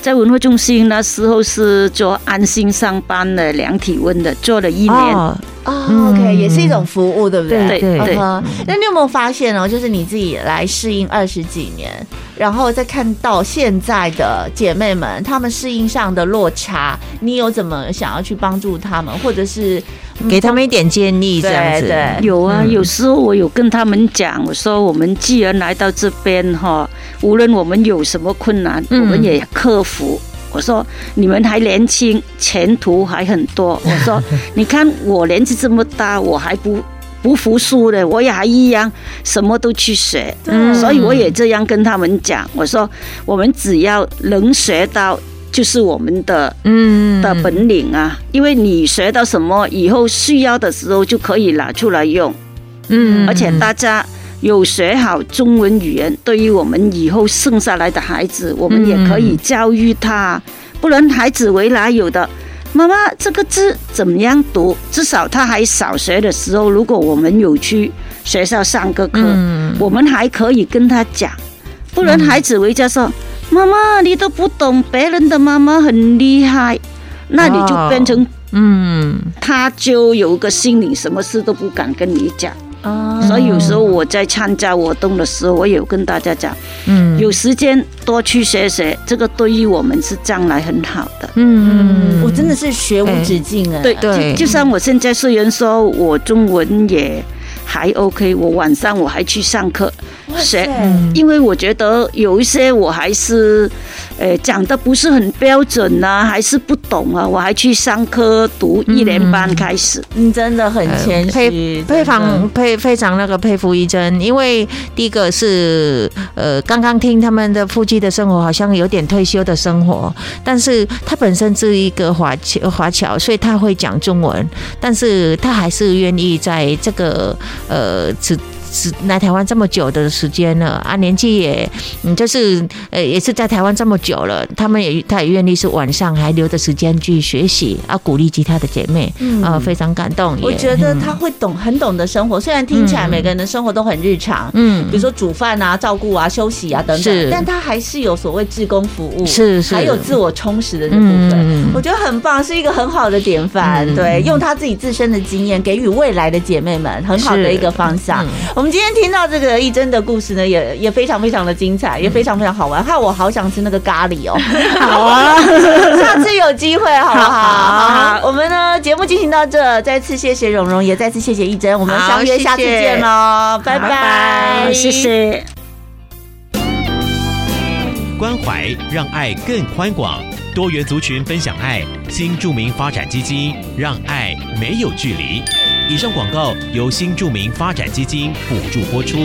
[SPEAKER 5] 在文化中心那时候是做安心上班的量体温的，做了一年。
[SPEAKER 3] 哦，
[SPEAKER 2] 哦、
[SPEAKER 3] 嗯
[SPEAKER 2] OK，也是一种服务，对不对？
[SPEAKER 3] 对对
[SPEAKER 2] 嗯哼那你有没有发现哦，就是你自己来适应二十几年，然后再看到现在的姐妹们她们适应上的落差，你有怎么想要去帮助她们，或者是
[SPEAKER 3] 给他们一点建议，这样子，
[SPEAKER 2] 对对
[SPEAKER 5] 有啊，有时候我有跟他们讲，我说我们既然来到这边哈，无论我们有什么困难，
[SPEAKER 3] 嗯
[SPEAKER 5] 我们也克服。我说你们还年轻，前途还很 多。我说你看我年纪这么大，我还不不服输呢，我也还一样什么都去学。
[SPEAKER 3] 嗯
[SPEAKER 5] 所以我也这样跟他们讲，我说我们只要能学到，就是我们的
[SPEAKER 3] 嗯
[SPEAKER 5] 的本领啊，因为你学到什么，以后需要的时候就可以拿出来用，
[SPEAKER 3] 嗯
[SPEAKER 5] 而且大家。有学好中文语言，对于我们以后生下来的孩
[SPEAKER 3] 嗯
[SPEAKER 5] 子，我们也可以教育他。不然孩子回来有的，妈妈这个字怎么样读？至少他还小学的时候，如果我们有去学校上个课，
[SPEAKER 3] 嗯
[SPEAKER 5] 我们还可以跟他讲，
[SPEAKER 3] 嗯啊
[SPEAKER 5] 不然孩子回家说：“妈妈，你都不懂，别人的妈妈很厉害。”那你就变成
[SPEAKER 3] 嗯，
[SPEAKER 5] 他就有一个心理，什么事都不敢跟你讲。
[SPEAKER 3] 嗯
[SPEAKER 2] 啊
[SPEAKER 5] 所以有时候我在参加活动的时候，我有跟大家讲，
[SPEAKER 3] 嗯，
[SPEAKER 5] 有时间多去学学，这个对于我们是将来很好的。
[SPEAKER 3] 嗯，
[SPEAKER 2] 我真的是学无止境哎，
[SPEAKER 5] 对
[SPEAKER 3] 对
[SPEAKER 5] 就就像我现在虽然说我中文也还 OK，我晚上我还去上课学，
[SPEAKER 2] 嗯
[SPEAKER 5] 因为我觉得有一些我还是，呃，讲的不是很标准啊，还是不懂啊，我还去上课读一年
[SPEAKER 2] 嗯
[SPEAKER 5] 班开始。
[SPEAKER 2] 你真的很谦虚
[SPEAKER 3] 佩，佩常佩非常那个佩服一真，因为第一个是呃，刚刚听他们的夫妻的生活好像有点退休的生活，但是他本身是一个华侨华侨，所以他会讲中文，但是他还是愿意在这个呃只。只来台湾这么久的时间了啊，年纪也，嗯，就是呃，也是在台湾这么久了，他们也他也愿意是晚上还留着时间去学习啊，鼓励其他的姐妹
[SPEAKER 2] 嗯
[SPEAKER 3] 啊、非常感动。
[SPEAKER 2] 我
[SPEAKER 3] 也
[SPEAKER 2] 觉得他会懂，很懂得生活。虽然听起来每个人的生活都很日常，
[SPEAKER 3] 嗯
[SPEAKER 2] 比如说煮饭啊、照顾啊、休息啊等等
[SPEAKER 3] 是，
[SPEAKER 2] 但他还是有所谓志工服务，
[SPEAKER 3] 是是
[SPEAKER 2] 还有自我充实的那部
[SPEAKER 3] 嗯
[SPEAKER 2] 分，我觉得很棒，是一个很好的典范。
[SPEAKER 3] 嗯
[SPEAKER 2] 对，用他自己自身的经验，给予未来的姐妹们很好的
[SPEAKER 3] 是
[SPEAKER 2] 一个方向
[SPEAKER 3] 嗯。
[SPEAKER 2] 我们今天听到这个一真的故事呢，也也非常非常的精彩，也非常非常好玩，害我好想吃那个咖喱哦。好啊，下次有机会好不好？
[SPEAKER 3] 好
[SPEAKER 2] 我们呢节目进行到这，再次谢谢蓉蓉，也再次谢谢一真，我们
[SPEAKER 3] 好
[SPEAKER 2] 相约下次
[SPEAKER 3] 谢谢
[SPEAKER 2] 见喽，拜拜，
[SPEAKER 5] 谢谢。
[SPEAKER 1] 关怀让爱更宽广，多元族群分享爱。新著名发展基金让爱没有距离。以上广告由新著名发展基金补助播出。